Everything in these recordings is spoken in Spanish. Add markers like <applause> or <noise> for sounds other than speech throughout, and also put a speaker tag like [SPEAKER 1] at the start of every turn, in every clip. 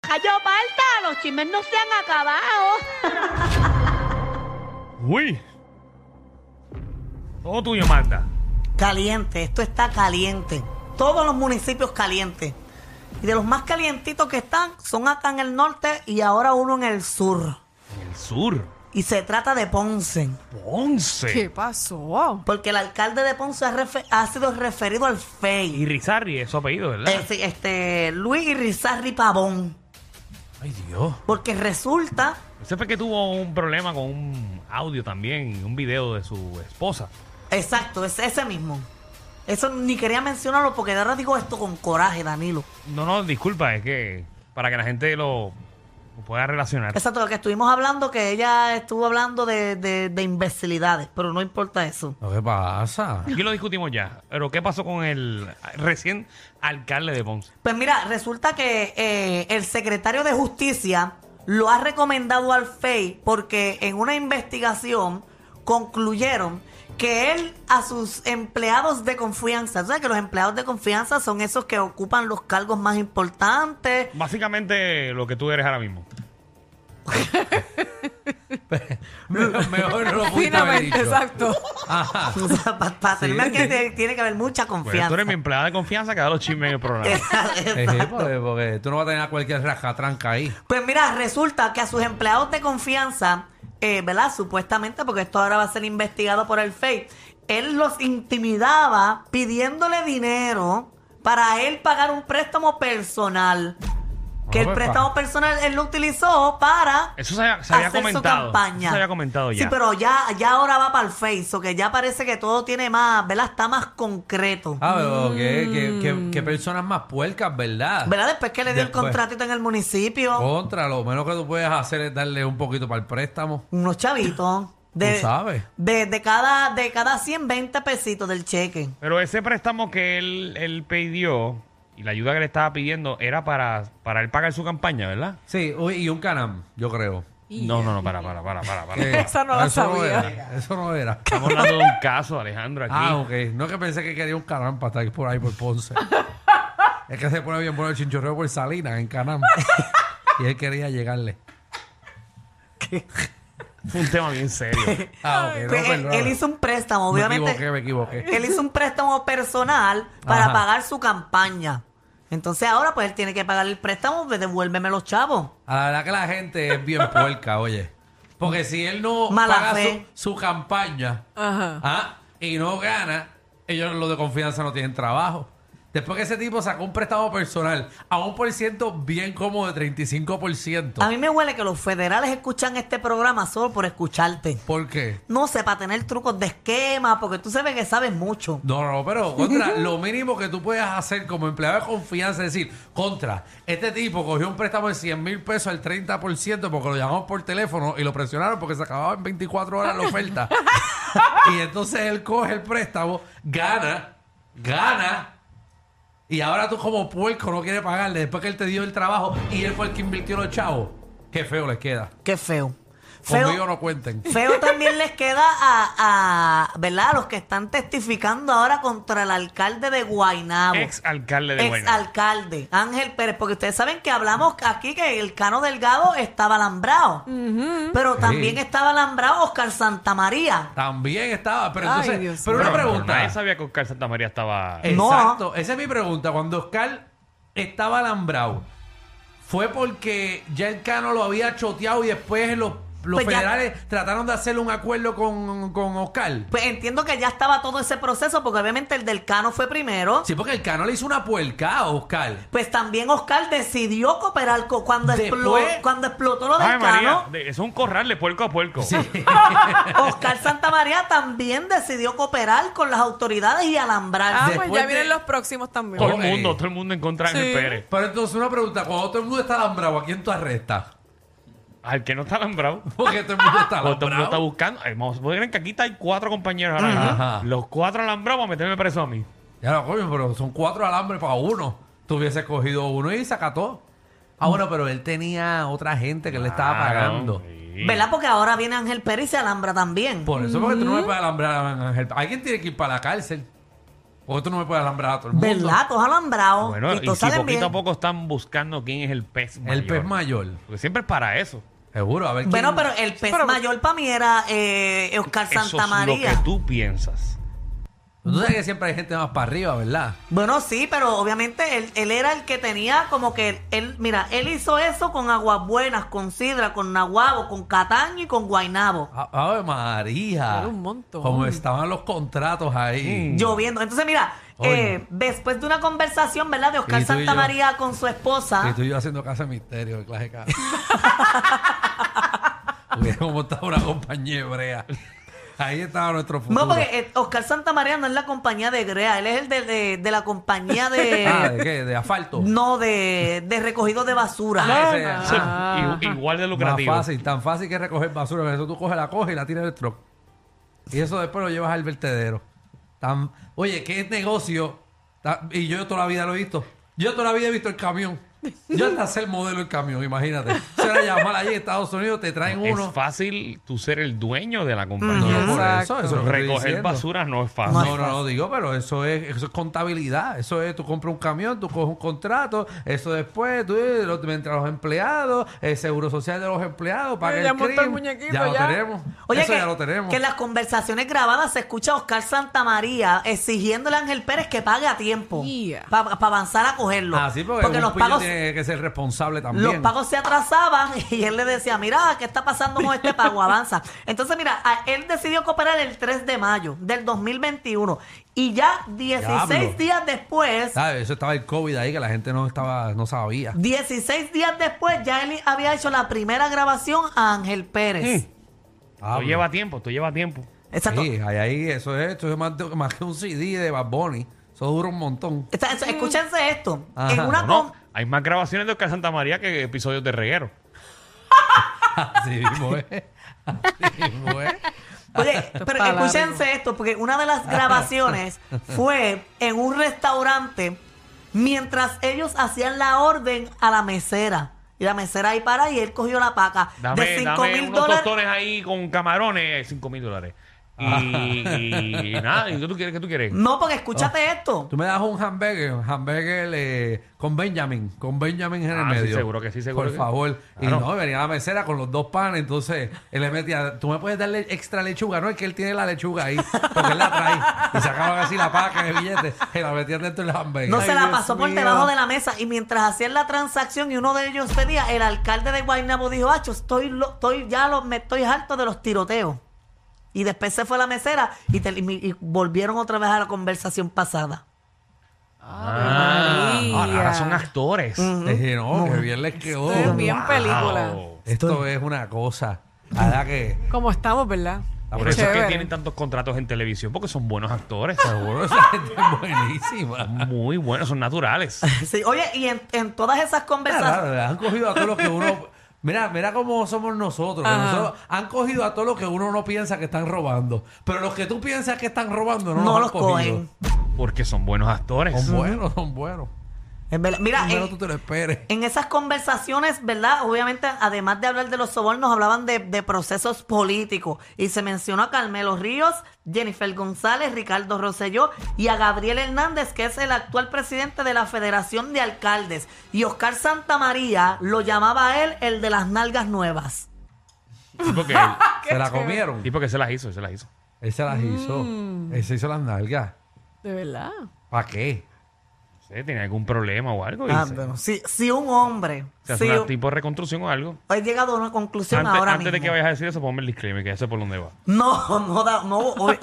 [SPEAKER 1] Cayo Balta, los chismes no se han acabado.
[SPEAKER 2] Uy. Todo tuyo, Magda.
[SPEAKER 3] Caliente, esto está caliente. Todos los municipios calientes. Y de los más calientitos que están son acá en el norte y ahora uno en el sur.
[SPEAKER 2] En el sur.
[SPEAKER 3] Y se trata de Ponce,
[SPEAKER 2] Ponce.
[SPEAKER 4] ¿Qué pasó?
[SPEAKER 3] porque el alcalde de Ponce ha, refe- ha sido referido al
[SPEAKER 2] Y
[SPEAKER 3] FEI.
[SPEAKER 2] Rizarri es su apellido, ¿verdad?
[SPEAKER 3] Eh, sí, este, Luis Irizarri Pavón.
[SPEAKER 2] Ay, Dios.
[SPEAKER 3] Porque resulta
[SPEAKER 2] Ese fue que tuvo un problema con un audio también, un video de su esposa.
[SPEAKER 3] Exacto, es ese mismo. Eso ni quería mencionarlo porque de ahora digo esto con coraje, Danilo.
[SPEAKER 2] No, no, disculpa, es que para que la gente lo, lo pueda relacionar.
[SPEAKER 3] Exacto, lo que estuvimos hablando, que ella estuvo hablando de, de- de imbecilidades, pero no importa eso.
[SPEAKER 5] ¿Lo que pasa?
[SPEAKER 2] Aquí lo discutimos ya. Pero ¿qué pasó con el recién alcalde de Ponce?
[SPEAKER 3] Pues mira, resulta que eh, el secretario de Justicia lo ha recomendado al FEI porque en una investigación concluyeron que él a sus empleados de confianza, ¿sabes que los empleados de confianza son esos que ocupan los cargos más importantes?
[SPEAKER 2] Básicamente lo que tú eres ahora mismo.
[SPEAKER 5] Mejor no lo pudiste haber
[SPEAKER 4] Finalmente,
[SPEAKER 5] dicho.
[SPEAKER 4] exacto.
[SPEAKER 5] Ajá.
[SPEAKER 3] <laughs> O sea, para hacerme que te- tiene que haber mucha
[SPEAKER 2] Pues
[SPEAKER 3] confianza.
[SPEAKER 2] tú eres mi empleada de confianza que da los chismes en el programa.
[SPEAKER 5] Eh, sí, porque, porque tú no vas a tener a cualquier rajatranca ahí.
[SPEAKER 3] Pues mira, resulta que a sus empleados de confianza, eh, ¿verdad? Supuestamente, porque esto ahora va a ser investigado por el FEI, él los intimidaba pidiéndole dinero para él pagar un préstamo personal. Que
[SPEAKER 5] Ah,
[SPEAKER 3] el
[SPEAKER 5] pues,
[SPEAKER 3] préstamo
[SPEAKER 5] pa-
[SPEAKER 3] personal él lo utilizó para
[SPEAKER 2] Eso se había, se había
[SPEAKER 3] hacer
[SPEAKER 2] comentado.
[SPEAKER 3] su campaña.
[SPEAKER 2] Eso se había comentado ya.
[SPEAKER 3] Sí, pero ya, ya ahora va para el Face, o que ya parece que todo tiene más, ¿verdad? Está más concreto.
[SPEAKER 5] Ah,
[SPEAKER 4] Mm.
[SPEAKER 5] pero qué, qué- qué- qué personas más puercas, ¿verdad?
[SPEAKER 3] ¿Verdad? Después que le dio
[SPEAKER 5] Después.
[SPEAKER 3] el contratito en el municipio,
[SPEAKER 2] Oh.
[SPEAKER 5] Contra, lo menos que tú puedes hacer es darle un poquito para el préstamo.
[SPEAKER 3] unos chavitos.
[SPEAKER 5] Tú sabes.
[SPEAKER 3] De, de cada, de cada 120 pesitos del cheque.
[SPEAKER 2] Pero ese préstamo que él, él pidió y la ayuda que le estaba pidiendo era para, para él pagar su campaña, ¿verdad?
[SPEAKER 5] Sí, uy, y un canam, yo creo.
[SPEAKER 2] No, no, no, para, para, para, para. para.
[SPEAKER 4] <laughs>
[SPEAKER 5] Que-
[SPEAKER 4] Esa no la
[SPEAKER 5] eso
[SPEAKER 4] sabía.
[SPEAKER 5] era, eso no era.
[SPEAKER 2] Estamos hablando de un caso, Alejandro, aquí.
[SPEAKER 5] Ah, ok. No que pensé que quería un canam para estar por ahí por
[SPEAKER 4] <laughs>
[SPEAKER 5] Ponce. es que se pone bien bueno el chinchorreo por Salinas en
[SPEAKER 4] <laughs>
[SPEAKER 5] canam. y él quería llegarle.
[SPEAKER 2] Fue un tema bien
[SPEAKER 3] <laughs>
[SPEAKER 2] serio.
[SPEAKER 5] Ah, ok. no,
[SPEAKER 3] Pues él,
[SPEAKER 5] perdona.
[SPEAKER 3] él hizo un préstamo,
[SPEAKER 5] Me
[SPEAKER 3] obviamente.
[SPEAKER 5] equivoqué, me equivoqué.
[SPEAKER 3] Él hizo un préstamo personal para
[SPEAKER 5] Ajá.
[SPEAKER 3] pagar su campaña. Entonces ahora pues él tiene que pagar el préstamo, pues devuélveme los chavos.
[SPEAKER 5] A la verdad que la gente es
[SPEAKER 3] <laughs>
[SPEAKER 5] bien puerca, oye. Porque si él no
[SPEAKER 3] Mala
[SPEAKER 5] paga
[SPEAKER 3] fe.
[SPEAKER 5] su, su campaña
[SPEAKER 4] Ajá.
[SPEAKER 5] ah, y no gana, ellos los de confianza no tienen trabajo. Después que ese tipo sacó un préstamo personal a un por ciento bien cómodo de 35%.
[SPEAKER 3] A mí me huele que los federales escuchan este programa solo por escucharte.
[SPEAKER 5] ¿Por qué?
[SPEAKER 3] No sé, para tener trucos de esquema, porque tú sabes que sabes mucho.
[SPEAKER 5] No, no, pero contra, <laughs> lo mínimo que tú puedes hacer como empleado de confianza es decir, contra, este tipo cogió un préstamo de 100 mil pesos al 30% porque lo llamamos por teléfono y lo presionaron porque se acababa en 24 horas la oferta. y entonces él coge el préstamo, gana, gana. Y ahora tú como puerco no quieres pagarle después que él te dio el trabajo y él fue el que invirtió los chavos. Qué feo les queda.
[SPEAKER 3] Qué feo. Feo.
[SPEAKER 5] Conmigo no cuenten.
[SPEAKER 3] Feo también les queda a, a, ¿verdad? A los que están testificando ahora contra el alcalde de Guaynabo.
[SPEAKER 2] Ex alcalde de
[SPEAKER 3] Ex
[SPEAKER 2] Buena.
[SPEAKER 3] alcalde, Ángel Pérez, porque ustedes saben que hablamos aquí que el Cano Delgado estaba alambrado, pero también
[SPEAKER 5] Sí.
[SPEAKER 3] estaba alambrado Oscar Santamaría.
[SPEAKER 5] También estaba, pero
[SPEAKER 4] Ay,
[SPEAKER 5] entonces,
[SPEAKER 4] Dios
[SPEAKER 5] pero una pregunta.
[SPEAKER 2] Nadie sabía que Oscar Santa María estaba.
[SPEAKER 3] Eh,
[SPEAKER 5] Exacto, esa es mi pregunta. Cuando Oscar estaba alambrado, ¿fue porque ya el Cano lo había choteado y después los, los
[SPEAKER 3] Pues ya-
[SPEAKER 5] federales trataron de hacer un acuerdo con, con Oscar?
[SPEAKER 3] Pues entiendo que ya estaba todo ese proceso, porque obviamente el del Cano fue primero.
[SPEAKER 5] Sí, porque el Cano le hizo una puerca a Oscar.
[SPEAKER 3] Pues también Oscar decidió cooperar co- cuando,
[SPEAKER 5] Después-
[SPEAKER 3] explo- cuando explotó lo del
[SPEAKER 2] Ay, María,
[SPEAKER 3] Cano.
[SPEAKER 2] de- es un corral de puerco a puerco.
[SPEAKER 3] Oscar Santamaría también decidió cooperar con las autoridades y
[SPEAKER 4] Ah,
[SPEAKER 3] alambrarse.
[SPEAKER 4] pues
[SPEAKER 5] después
[SPEAKER 4] ya
[SPEAKER 5] de-
[SPEAKER 4] vienen los próximos también.
[SPEAKER 2] Todo el
[SPEAKER 5] Ok.
[SPEAKER 2] mundo, todo el mundo en contra de Ángel
[SPEAKER 4] Sí.
[SPEAKER 2] Pérez.
[SPEAKER 5] Pero entonces una pregunta, cuando todo el mundo está alambrado, ¿a quién tú arrestas?
[SPEAKER 2] Al que no está alambrado.
[SPEAKER 5] Porque todo el mundo está
[SPEAKER 2] Cuando todo el mundo está
[SPEAKER 5] alambrado.
[SPEAKER 2] buscando. Ay, Vamos, pueden creer que aquí está- hay cuatro compañeros ahora mismo.
[SPEAKER 5] Ajá.
[SPEAKER 2] Los cuatro alambrados para meterme preso a mí.
[SPEAKER 5] Ya lo coño, pero son cuatro alambres para uno. Tú hubieses cogido uno y sacató. Ah, bueno, pero él tenía otra gente que le estaba
[SPEAKER 2] Ah,
[SPEAKER 5] pagando.
[SPEAKER 2] sí.
[SPEAKER 3] ¿Verdad? Porque ahora viene Ángel Pérez y se alambra también.
[SPEAKER 5] Por eso, porque tú no me puedes alambrar a Ángel. Alguien tiene que ir para la cárcel. Porque tú no me puedes alambrar a todo el mundo.
[SPEAKER 3] ¿Verdad? Todos alambrados.
[SPEAKER 2] Bueno,
[SPEAKER 3] y
[SPEAKER 2] y
[SPEAKER 3] todos
[SPEAKER 2] si
[SPEAKER 3] salen
[SPEAKER 2] poquito
[SPEAKER 3] bien.
[SPEAKER 2] a poco están buscando quién es el pez mayor.
[SPEAKER 5] El pez mayor.
[SPEAKER 2] Porque siempre es para eso.
[SPEAKER 5] Seguro, a ver quién-
[SPEAKER 3] Bueno, pero el pez
[SPEAKER 4] Pero-
[SPEAKER 3] mayor para mí era eh, Oscar
[SPEAKER 2] eso
[SPEAKER 3] Santa
[SPEAKER 2] es lo
[SPEAKER 3] María.
[SPEAKER 2] que tú piensas.
[SPEAKER 5] Tú sabes que siempre hay gente más para arriba, ¿verdad?
[SPEAKER 3] Bueno, sí, pero obviamente él, él era el que tenía como que él, mira, él hizo eso con aguas buenas, con sidra, con nahuabo, con cataño y con guainabo.
[SPEAKER 5] A- Ave María.
[SPEAKER 4] Era un montón.
[SPEAKER 5] Como estaban los contratos
[SPEAKER 3] Mm.
[SPEAKER 5] ahí.
[SPEAKER 3] Lloviendo. Entonces, mira,
[SPEAKER 5] Mm. Oye.
[SPEAKER 3] eh, después de una conversación, ¿verdad? De
[SPEAKER 5] Y
[SPEAKER 3] Oscar
[SPEAKER 5] tú y
[SPEAKER 3] Santa
[SPEAKER 5] yo.
[SPEAKER 3] María con su esposa.
[SPEAKER 5] Y tú y yo haciendo casa de misterio de clase de <laughs> casa. Hubiéramos montado una compañía hebrea. Ahí estaba nuestro futuro.
[SPEAKER 3] No, porque eh, Oscar Santa María no es la compañía de Grea, él es el de, de- de la compañía
[SPEAKER 5] <laughs> Ah,
[SPEAKER 3] de...
[SPEAKER 5] ¿de qué? ¿De asfalto?
[SPEAKER 3] eh, no, de, de recogido de basura.
[SPEAKER 5] Ah,
[SPEAKER 4] no.
[SPEAKER 5] ese-
[SPEAKER 2] Eso es
[SPEAKER 4] Ah.
[SPEAKER 2] i- igual de
[SPEAKER 5] Más
[SPEAKER 2] lucrativo.
[SPEAKER 5] fácil, tan fácil que recoger basura, que eso tú coges la coges y la tiras en el truck. Y eso después lo llevas al vertedero. Tan- Oye, qué negocio. Tan- Y yo toda la vida lo he visto. Yo toda la vida he visto el camión. Yo hasta sé el modelo del camión, imagínate. Se la llamar allí en Estados Unidos, te traen uno.
[SPEAKER 2] Es fácil tú ser el dueño de la
[SPEAKER 5] No,
[SPEAKER 2] compañía.
[SPEAKER 5] por
[SPEAKER 4] Exacto.
[SPEAKER 5] eso, eso es lo que estoy
[SPEAKER 2] Recoger
[SPEAKER 5] diciendo.
[SPEAKER 2] basura no es
[SPEAKER 5] Ah, No,
[SPEAKER 2] fácil.
[SPEAKER 5] no, no, digo, pero eso es, eso es contabilidad. Eso es, tú compras un camión, tú coges un contrato, eso después, tú, eh, lo- mientras los empleados, el seguro social de los empleados, paga
[SPEAKER 4] ya
[SPEAKER 5] el
[SPEAKER 4] montó el
[SPEAKER 5] crimen.
[SPEAKER 4] muñequito,
[SPEAKER 5] ya, lo
[SPEAKER 4] ya.
[SPEAKER 5] tenemos.
[SPEAKER 3] Oye,
[SPEAKER 5] eso
[SPEAKER 3] que,
[SPEAKER 5] ya lo tenemos.
[SPEAKER 3] que en las conversaciones grabadas se escucha a Oscar Santa María exigiéndole a Ángel Pérez que pague a tiempo
[SPEAKER 4] Yeah.
[SPEAKER 3] para avanzar a cogerlo.
[SPEAKER 5] Ah, sí, porque, un
[SPEAKER 3] los
[SPEAKER 5] pillo
[SPEAKER 3] pagos,
[SPEAKER 5] tiene que ser responsable también.
[SPEAKER 3] los pagos se atrasaban <laughs> y él le decía, mira, ¿qué está pasando con este pago? Avanza. Entonces, mira, a- él decidió cooperar el 3 de mayo del 2021 y ya 16
[SPEAKER 5] Diablo. Ah.
[SPEAKER 3] días después...
[SPEAKER 5] ¿Sabes? Eso estaba el COVID ahí que la gente no estaba no sabía.
[SPEAKER 3] 16 días después ya él había hecho la primera grabación a Ángel Pérez.
[SPEAKER 2] Esto lleva tiempo, esto lleva tiempo.
[SPEAKER 3] Exacto.
[SPEAKER 5] Mm. Ah, pues, Sí, ahí, ahí, eso es, esto es más, de- más que un CD de Bad Bunny. Eso dura un montón. <laughs>
[SPEAKER 3] Está- está- escúchense esto.
[SPEAKER 5] Ajá,
[SPEAKER 3] en una
[SPEAKER 2] No, no,
[SPEAKER 3] con-
[SPEAKER 2] Hay más grabaciones de Oscar Santa María que episodios de reguero.
[SPEAKER 5] Así mismo es. Así mismo es. <laughs>
[SPEAKER 3] Oye, pero
[SPEAKER 4] para
[SPEAKER 3] escúchense esto, porque una de las grabaciones fue en un restaurante mientras ellos hacían la orden a la mesera. Y la mesera ahí para y él cogió la paca
[SPEAKER 2] Dame,
[SPEAKER 3] de 5
[SPEAKER 2] dame
[SPEAKER 3] mil
[SPEAKER 2] unos
[SPEAKER 3] dólares.
[SPEAKER 2] tostones ahí con camarones, 5 mil dólares. Y, y nada, ¿y qué tú quieres? ¿Qué tú quieres?
[SPEAKER 3] No, porque escúchate esto.
[SPEAKER 5] Oh. Tú me das un hamburger, un hamburger eh, con Benjamin, con Benjamin en el
[SPEAKER 2] Ah, sí,
[SPEAKER 5] medio.
[SPEAKER 2] seguro que sí, seguro
[SPEAKER 5] Por
[SPEAKER 2] que-
[SPEAKER 5] favor.
[SPEAKER 2] Claro.
[SPEAKER 5] Y no, venía a la mesera con los dos panes, entonces él le metía, tú me puedes darle extra lechuga, no es que él tiene la lechuga ahí, porque él la trae. Y sacaban así la paca de billetes y la metían dentro del hamburger.
[SPEAKER 3] No
[SPEAKER 5] Ay,
[SPEAKER 3] se la
[SPEAKER 5] Dios
[SPEAKER 3] pasó por
[SPEAKER 5] mío.
[SPEAKER 3] debajo de la mesa y mientras hacían la transacción y uno de ellos pedía, el alcalde de Guaynabo dijo, "Acho, estoy, lo- estoy ya lo- me estoy harto de los tiroteos." Y después se fue a la mesera y, te- y mi- y volvieron otra vez a la conversación pasada.
[SPEAKER 2] Ah,
[SPEAKER 4] María.
[SPEAKER 2] ahora, ahora son actores.
[SPEAKER 5] Dije, no, que bien les quedó.
[SPEAKER 4] Esto es bien
[SPEAKER 2] Wow.
[SPEAKER 4] película.
[SPEAKER 5] Esto es una cosa. La verdad que...
[SPEAKER 4] Como estamos, ¿verdad?
[SPEAKER 2] Ah, Por eso es que
[SPEAKER 4] Chévere.
[SPEAKER 2] tienen tantos contratos en televisión, porque son buenos actores.
[SPEAKER 5] Seguro esa gente es buenísima.
[SPEAKER 2] Muy buenos, son naturales.
[SPEAKER 3] Sí, oye, y en, en todas esas
[SPEAKER 5] Ah, Claro,
[SPEAKER 3] conversaciones...
[SPEAKER 5] claro, han cogido a todo lo que uno.
[SPEAKER 3] <laughs>
[SPEAKER 5] Mira, mira cómo somos nosotros, que
[SPEAKER 4] Ajá.
[SPEAKER 5] nosotros. Han cogido a todo lo que uno no piensa que están robando. Pero los que tú piensas que están robando no,
[SPEAKER 3] No
[SPEAKER 5] los,
[SPEAKER 3] los
[SPEAKER 5] han cogido.
[SPEAKER 3] cogen.
[SPEAKER 2] Porque son buenos actores.
[SPEAKER 5] Son buenos, son buenos.
[SPEAKER 3] es verdad. Mira, eh,
[SPEAKER 5] Primero
[SPEAKER 3] en-
[SPEAKER 5] tú te
[SPEAKER 3] <laughs>
[SPEAKER 5] lo esperes.
[SPEAKER 3] En esas conversaciones, ¿verdad? Obviamente, además de hablar de los sobornos, hablaban de, de procesos políticos. Y se mencionó a Carmelo Ríos, Jennifer González, Ricardo Rosselló y a Gabriel Hernández, que es el actual presidente de la Federación de Alcaldes. Y Oscar Santamaría lo llamaba a él el de las nalgas nuevas.
[SPEAKER 2] Tipo que,
[SPEAKER 5] Se la comieron.
[SPEAKER 2] tipo que se las hizo, se las hizo.
[SPEAKER 5] Él se las hizo.
[SPEAKER 3] Mm.
[SPEAKER 5] Él se hizo las nalgas.
[SPEAKER 4] De verdad.
[SPEAKER 5] ¿Para qué?
[SPEAKER 2] No sé, tenía algún problema o algo. y
[SPEAKER 3] Ah,
[SPEAKER 2] se-
[SPEAKER 3] bueno, si, si un hombre.
[SPEAKER 2] se hace
[SPEAKER 3] si
[SPEAKER 2] una
[SPEAKER 3] un-
[SPEAKER 2] tipo de reconstrucción o algo.
[SPEAKER 3] He llegado a una conclusión
[SPEAKER 2] Antes,
[SPEAKER 3] ahora
[SPEAKER 2] antes de
[SPEAKER 3] mismo.
[SPEAKER 2] que vayas a decir eso, ponme el disclaimer, que ya sé por dónde va.
[SPEAKER 3] No, no, da- no, hoy-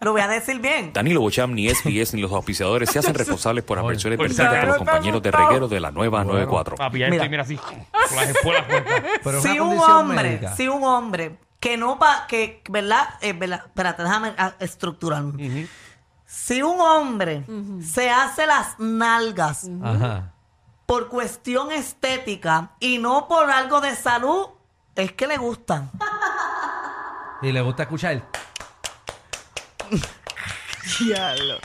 [SPEAKER 3] lo voy a decir bien.
[SPEAKER 6] Danilo Bocham, ni SBS, ni los auspiciadores se hacen responsables por
[SPEAKER 2] Oye,
[SPEAKER 6] adversiones
[SPEAKER 2] pues,
[SPEAKER 6] vertidas por
[SPEAKER 2] claro,
[SPEAKER 6] los
[SPEAKER 4] está
[SPEAKER 6] compañeros de
[SPEAKER 4] asustado.
[SPEAKER 6] reguero de la nueva 94.
[SPEAKER 2] Papi, ya
[SPEAKER 3] Mira.
[SPEAKER 2] estoy, mira así, con las espuelas puestas.
[SPEAKER 5] Pero
[SPEAKER 3] si
[SPEAKER 5] una
[SPEAKER 3] un
[SPEAKER 5] condición
[SPEAKER 3] hombre,
[SPEAKER 5] médica.
[SPEAKER 3] si un hombre que no pa, que, ¿verdad? Eh, ¿verdad? Espérate, déjame ah, estructurarme. Si un hombre se hace las nalgas
[SPEAKER 5] Ajá.
[SPEAKER 3] por cuestión estética y no por algo de salud, es que le gustan.
[SPEAKER 5] Y le gusta escuchar. el-
[SPEAKER 4] Diablo.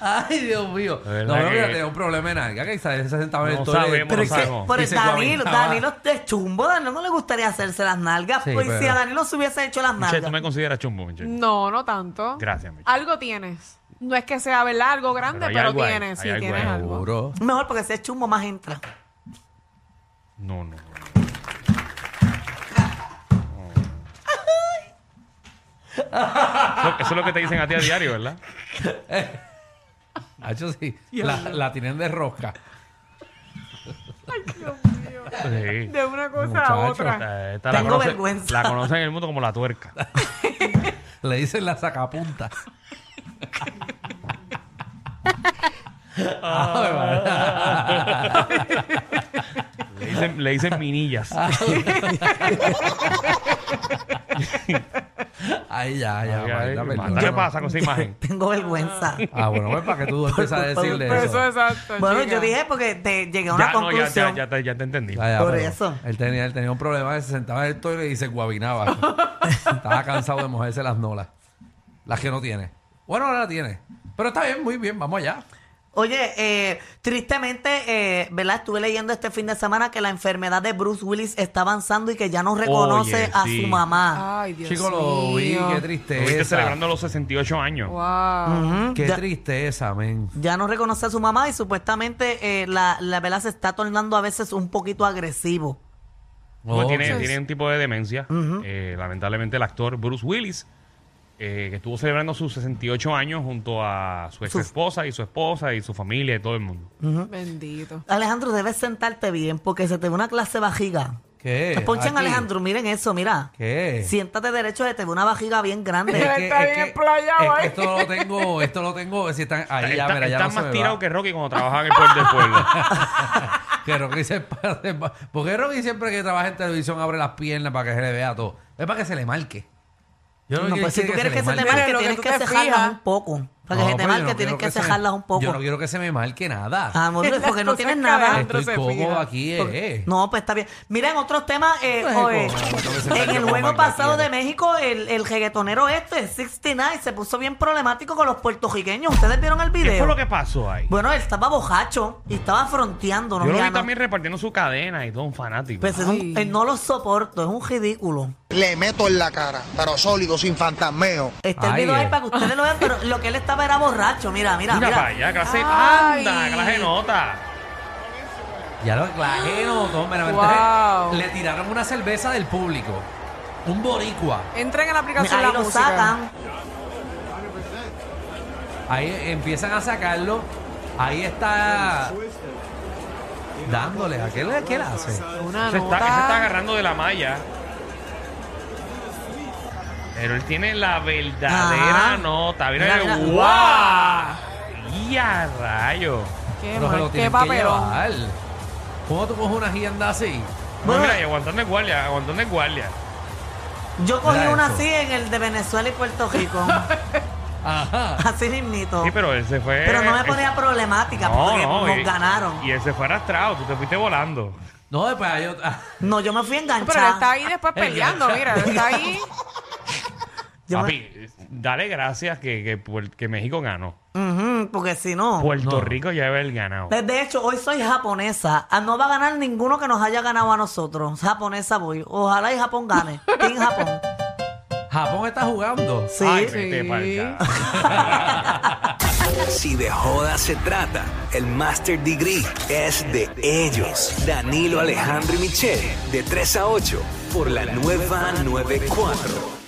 [SPEAKER 5] Ay, Dios mío.
[SPEAKER 2] De verdad
[SPEAKER 5] No, pero
[SPEAKER 2] que-
[SPEAKER 5] mira, tenía un problema en algo. Que está de 60 veces
[SPEAKER 2] No
[SPEAKER 5] todo el-
[SPEAKER 2] sabemos,
[SPEAKER 5] pero
[SPEAKER 2] no
[SPEAKER 5] es que-
[SPEAKER 2] sabemos.
[SPEAKER 5] y
[SPEAKER 3] Pero
[SPEAKER 5] se
[SPEAKER 3] Danilo,
[SPEAKER 5] comentaba.
[SPEAKER 3] Danilo es chumbo, Danilo no le gustaría hacerse las nalgas.
[SPEAKER 5] ah. Sí,
[SPEAKER 3] pues si
[SPEAKER 5] pero-
[SPEAKER 3] a Danilo se hubiese hecho las
[SPEAKER 2] Michelle, tú me
[SPEAKER 3] nalgas.
[SPEAKER 2] consideras chumbo, Michelle.
[SPEAKER 4] No, no tanto.
[SPEAKER 2] Gracias, Michelle.
[SPEAKER 4] Algo tienes. No es que sea, ¿verdad? Algo grande,
[SPEAKER 2] hay
[SPEAKER 4] pero,
[SPEAKER 2] algo ahí,
[SPEAKER 4] tienes.
[SPEAKER 2] hay
[SPEAKER 4] Sí,
[SPEAKER 2] algo
[SPEAKER 4] tienes
[SPEAKER 2] ahí.
[SPEAKER 4] algo.
[SPEAKER 5] Seguro.
[SPEAKER 3] Mejor porque si es chumbo más entra. <laughs>
[SPEAKER 2] No, no. no. Eso, eso es lo que te dicen a ti a diario, ¿verdad?
[SPEAKER 5] Hacho, sí. La, la tienen de rosca.
[SPEAKER 2] Sí.
[SPEAKER 4] De una cosa a
[SPEAKER 5] Muchacho,
[SPEAKER 4] otra.
[SPEAKER 2] Esta- esta
[SPEAKER 3] Tengo
[SPEAKER 2] conoce-
[SPEAKER 3] vergüenza.
[SPEAKER 2] La conocen en el mundo como la tuerca.
[SPEAKER 5] Le dicen la sacapunta. Ay, madre.
[SPEAKER 2] Le dicen, le dicen minillas.
[SPEAKER 5] Ay, ya,
[SPEAKER 2] Ay,
[SPEAKER 5] ya. Magda,
[SPEAKER 2] ay,
[SPEAKER 5] perdóname.
[SPEAKER 2] ¿Qué pasa con esa imagen?
[SPEAKER 3] Tengo vergüenza.
[SPEAKER 5] Ah, bueno, pues para que tú empieces a decirle
[SPEAKER 4] Pero
[SPEAKER 5] eso.
[SPEAKER 4] eso es exacto.
[SPEAKER 3] bueno,
[SPEAKER 4] chica.
[SPEAKER 3] yo dije porque te llegué a una
[SPEAKER 2] ya, no, ya,
[SPEAKER 3] conclusión.
[SPEAKER 2] ya, ya te, ya te entendí.
[SPEAKER 5] Ah, ya,
[SPEAKER 3] Por
[SPEAKER 5] pero
[SPEAKER 3] eso.
[SPEAKER 5] Él tenía, él tenía un problema que se sentaba en el toile y se guabinaba.
[SPEAKER 4] <laughs>
[SPEAKER 5] Estaba cansado de mojarse las nolas. Las que no tiene. Bueno, ahora la tiene. Pero está bien, muy bien, vamos allá.
[SPEAKER 3] Oye, eh, tristemente, eh, ¿verdad? Estuve leyendo este fin de semana que la enfermedad de Bruce Willis está avanzando y que ya no reconoce
[SPEAKER 2] Oye,
[SPEAKER 3] a
[SPEAKER 2] sí.
[SPEAKER 3] su mamá.
[SPEAKER 4] Ay, Dios
[SPEAKER 5] Chico, lo
[SPEAKER 4] mío.
[SPEAKER 5] vi, qué
[SPEAKER 2] Estuviste
[SPEAKER 5] tristeza.
[SPEAKER 2] celebrando los 68 años.
[SPEAKER 4] Wow.
[SPEAKER 3] Ujú,
[SPEAKER 5] Qué
[SPEAKER 3] Mm, ya-
[SPEAKER 5] tristeza, men.
[SPEAKER 3] ya no reconoce a su mamá y supuestamente eh, la, la vela se está tornando a veces un poquito agresivo.
[SPEAKER 2] Porque
[SPEAKER 5] Oh,
[SPEAKER 2] tiene,
[SPEAKER 5] sí.
[SPEAKER 2] tiene un tipo de demencia. Eh, lamentablemente, el actor Bruce Willis, eh, que estuvo celebrando sus 68 años junto a su ex esposa y su esposa y su familia y todo el mundo.
[SPEAKER 4] Bendito.
[SPEAKER 3] Alejandro, debes sentarte bien porque se te ve una clase de vajiga.
[SPEAKER 5] ¿Qué?
[SPEAKER 3] Ponchan
[SPEAKER 5] Aquí.
[SPEAKER 3] Alejandro, miren eso, mira.
[SPEAKER 5] ¿Qué?
[SPEAKER 3] Siéntate derecho, se te ve una vajiga bien
[SPEAKER 5] <laughs> Es
[SPEAKER 3] grande.
[SPEAKER 4] Está
[SPEAKER 5] que- es
[SPEAKER 4] bien
[SPEAKER 5] que-
[SPEAKER 4] explayado,
[SPEAKER 5] es que
[SPEAKER 4] ¿eh?
[SPEAKER 5] esto lo tengo, esto lo tengo. Si están, ahí ya,
[SPEAKER 2] Está-
[SPEAKER 5] mira, ya
[SPEAKER 2] está
[SPEAKER 5] no se
[SPEAKER 2] más
[SPEAKER 5] me
[SPEAKER 2] tirado
[SPEAKER 5] va.
[SPEAKER 2] que Rocky cuando trabajaba en el pueblo del pueblo.
[SPEAKER 5] Que Rocky se pase. Porque Rocky siempre que trabaja en televisión abre las piernas para que se le vea todo. Es para que se le marque. Yo
[SPEAKER 3] No,
[SPEAKER 5] quiero
[SPEAKER 3] pues si tú quieres que se te
[SPEAKER 4] marque.
[SPEAKER 3] marque,
[SPEAKER 4] Mira, lo que
[SPEAKER 3] tienes
[SPEAKER 4] tú
[SPEAKER 3] que
[SPEAKER 4] te
[SPEAKER 3] cejarlas
[SPEAKER 4] fijas.
[SPEAKER 3] un poco. Para que
[SPEAKER 5] No,
[SPEAKER 3] se te
[SPEAKER 5] pero yo
[SPEAKER 3] marque,
[SPEAKER 5] no
[SPEAKER 3] tienes
[SPEAKER 5] quiero
[SPEAKER 3] que
[SPEAKER 5] se me-
[SPEAKER 3] cejarlas un poco. Ah,
[SPEAKER 5] Yo no quiero que se me marque nada.
[SPEAKER 3] Amor,
[SPEAKER 4] Las
[SPEAKER 3] porque
[SPEAKER 4] <laughs>
[SPEAKER 3] no
[SPEAKER 4] cosas
[SPEAKER 3] tienes
[SPEAKER 4] que
[SPEAKER 3] nada.
[SPEAKER 4] hagan. Alejandro
[SPEAKER 5] Estoy
[SPEAKER 4] se
[SPEAKER 5] cómodo
[SPEAKER 4] fija.
[SPEAKER 5] aquí, eh.
[SPEAKER 3] No, pues está bien. Mira, en otros temas, eh,
[SPEAKER 5] Pues,
[SPEAKER 3] oye,
[SPEAKER 5] como- como se
[SPEAKER 3] en
[SPEAKER 5] salió
[SPEAKER 3] el
[SPEAKER 5] con
[SPEAKER 3] juego
[SPEAKER 5] Magda
[SPEAKER 3] pasado
[SPEAKER 5] Quiere.
[SPEAKER 3] de México, el, el reggaetonero este, 69, se puso bien problemático con los puertorriqueños. ¿Ustedes vieron el
[SPEAKER 2] ¿Qué fue lo
[SPEAKER 3] video?
[SPEAKER 2] que pasó ahí?
[SPEAKER 3] Bueno, él estaba bojacho y estaba fronteando. ¿no?
[SPEAKER 2] Yo lo
[SPEAKER 3] Ya
[SPEAKER 2] vi
[SPEAKER 3] no-
[SPEAKER 2] también repartiendo su cadena y todo un fanático.
[SPEAKER 3] Pues es un- él no lo soporto, es un ridículo.
[SPEAKER 7] le meto en la cara, pero sólido, sin fantasmeo.
[SPEAKER 3] Está el
[SPEAKER 5] Ay,
[SPEAKER 3] video ahí
[SPEAKER 5] eh.
[SPEAKER 3] para que ustedes lo vean, pero lo que él estaba era borracho. Mira, mira,
[SPEAKER 2] mira,
[SPEAKER 3] mira.
[SPEAKER 2] para allá, clase,
[SPEAKER 4] Ay.
[SPEAKER 2] anda, clase de nota.
[SPEAKER 5] Ya lo clajeno, todo. mira, mira,
[SPEAKER 4] Wow.
[SPEAKER 5] entonces Le tiraron una cerveza del público. Un boricua.
[SPEAKER 4] Entren en la aplicación
[SPEAKER 3] Ahí
[SPEAKER 4] la
[SPEAKER 3] lo
[SPEAKER 4] música.
[SPEAKER 3] sacan.
[SPEAKER 5] Ahí empiezan a sacarlo. Ahí está. Dándole. ¿A qué, le- qué le hace?
[SPEAKER 4] Una
[SPEAKER 2] Se está,
[SPEAKER 4] nota.
[SPEAKER 2] se está agarrando de la malla. Pero él tiene la verdadera
[SPEAKER 3] Ajá.
[SPEAKER 2] nota. Mira,
[SPEAKER 3] Mira,
[SPEAKER 2] mira,
[SPEAKER 3] mira.
[SPEAKER 2] ¡guau! ¡Y a rayo!
[SPEAKER 4] Qué
[SPEAKER 5] Pero se
[SPEAKER 4] mal,
[SPEAKER 5] lo
[SPEAKER 4] qué
[SPEAKER 5] tienen que
[SPEAKER 4] papelón.
[SPEAKER 5] llevar. ¿Cómo tú coges una gienda así?
[SPEAKER 2] No,
[SPEAKER 3] Bueno,
[SPEAKER 2] mira, y aguantando el guardia, aguantando el guardia.
[SPEAKER 3] Yo cogí
[SPEAKER 5] Mira
[SPEAKER 3] una
[SPEAKER 5] eso.
[SPEAKER 3] así en el de Venezuela y Puerto Rico. <laughs>
[SPEAKER 5] Ajá.
[SPEAKER 3] así mismito.
[SPEAKER 2] Sí,
[SPEAKER 3] pero,
[SPEAKER 2] pero él se fue.
[SPEAKER 3] no me
[SPEAKER 2] él-
[SPEAKER 3] ponía problemática
[SPEAKER 2] No,
[SPEAKER 3] porque
[SPEAKER 2] no,
[SPEAKER 3] nos
[SPEAKER 2] y-
[SPEAKER 3] ganaron.
[SPEAKER 2] Y él se fue arrastrado, tú te fuiste volando.
[SPEAKER 5] No, después hay otra. <laughs>
[SPEAKER 3] No, yo me fui
[SPEAKER 4] No, Pero él está
[SPEAKER 3] enganchada.
[SPEAKER 4] ahí después peleando, mira. él Está ahí.
[SPEAKER 3] Yo me-
[SPEAKER 2] Papi, dale gracias que, que, Puer- que México ganó.
[SPEAKER 3] Ujú, porque si Ah, no.
[SPEAKER 2] Puerto
[SPEAKER 5] No.
[SPEAKER 2] Rico ya debe haber ganado.
[SPEAKER 3] De- De hecho, hoy soy japonesa. Ah, No va a ganar ninguno que nos haya ganado a nosotros. Japonesa voy. Ojalá y Japón gane. Team Japón.
[SPEAKER 5] Japón está jugando.
[SPEAKER 3] Sí.
[SPEAKER 2] Ay, vete
[SPEAKER 4] Sí.
[SPEAKER 2] pa'l carajo.
[SPEAKER 8] Si de joda se trata, el Master Degree es de ellos. Danilo, Alejandro y Michelle, de 3 a 8, por la nueva 94.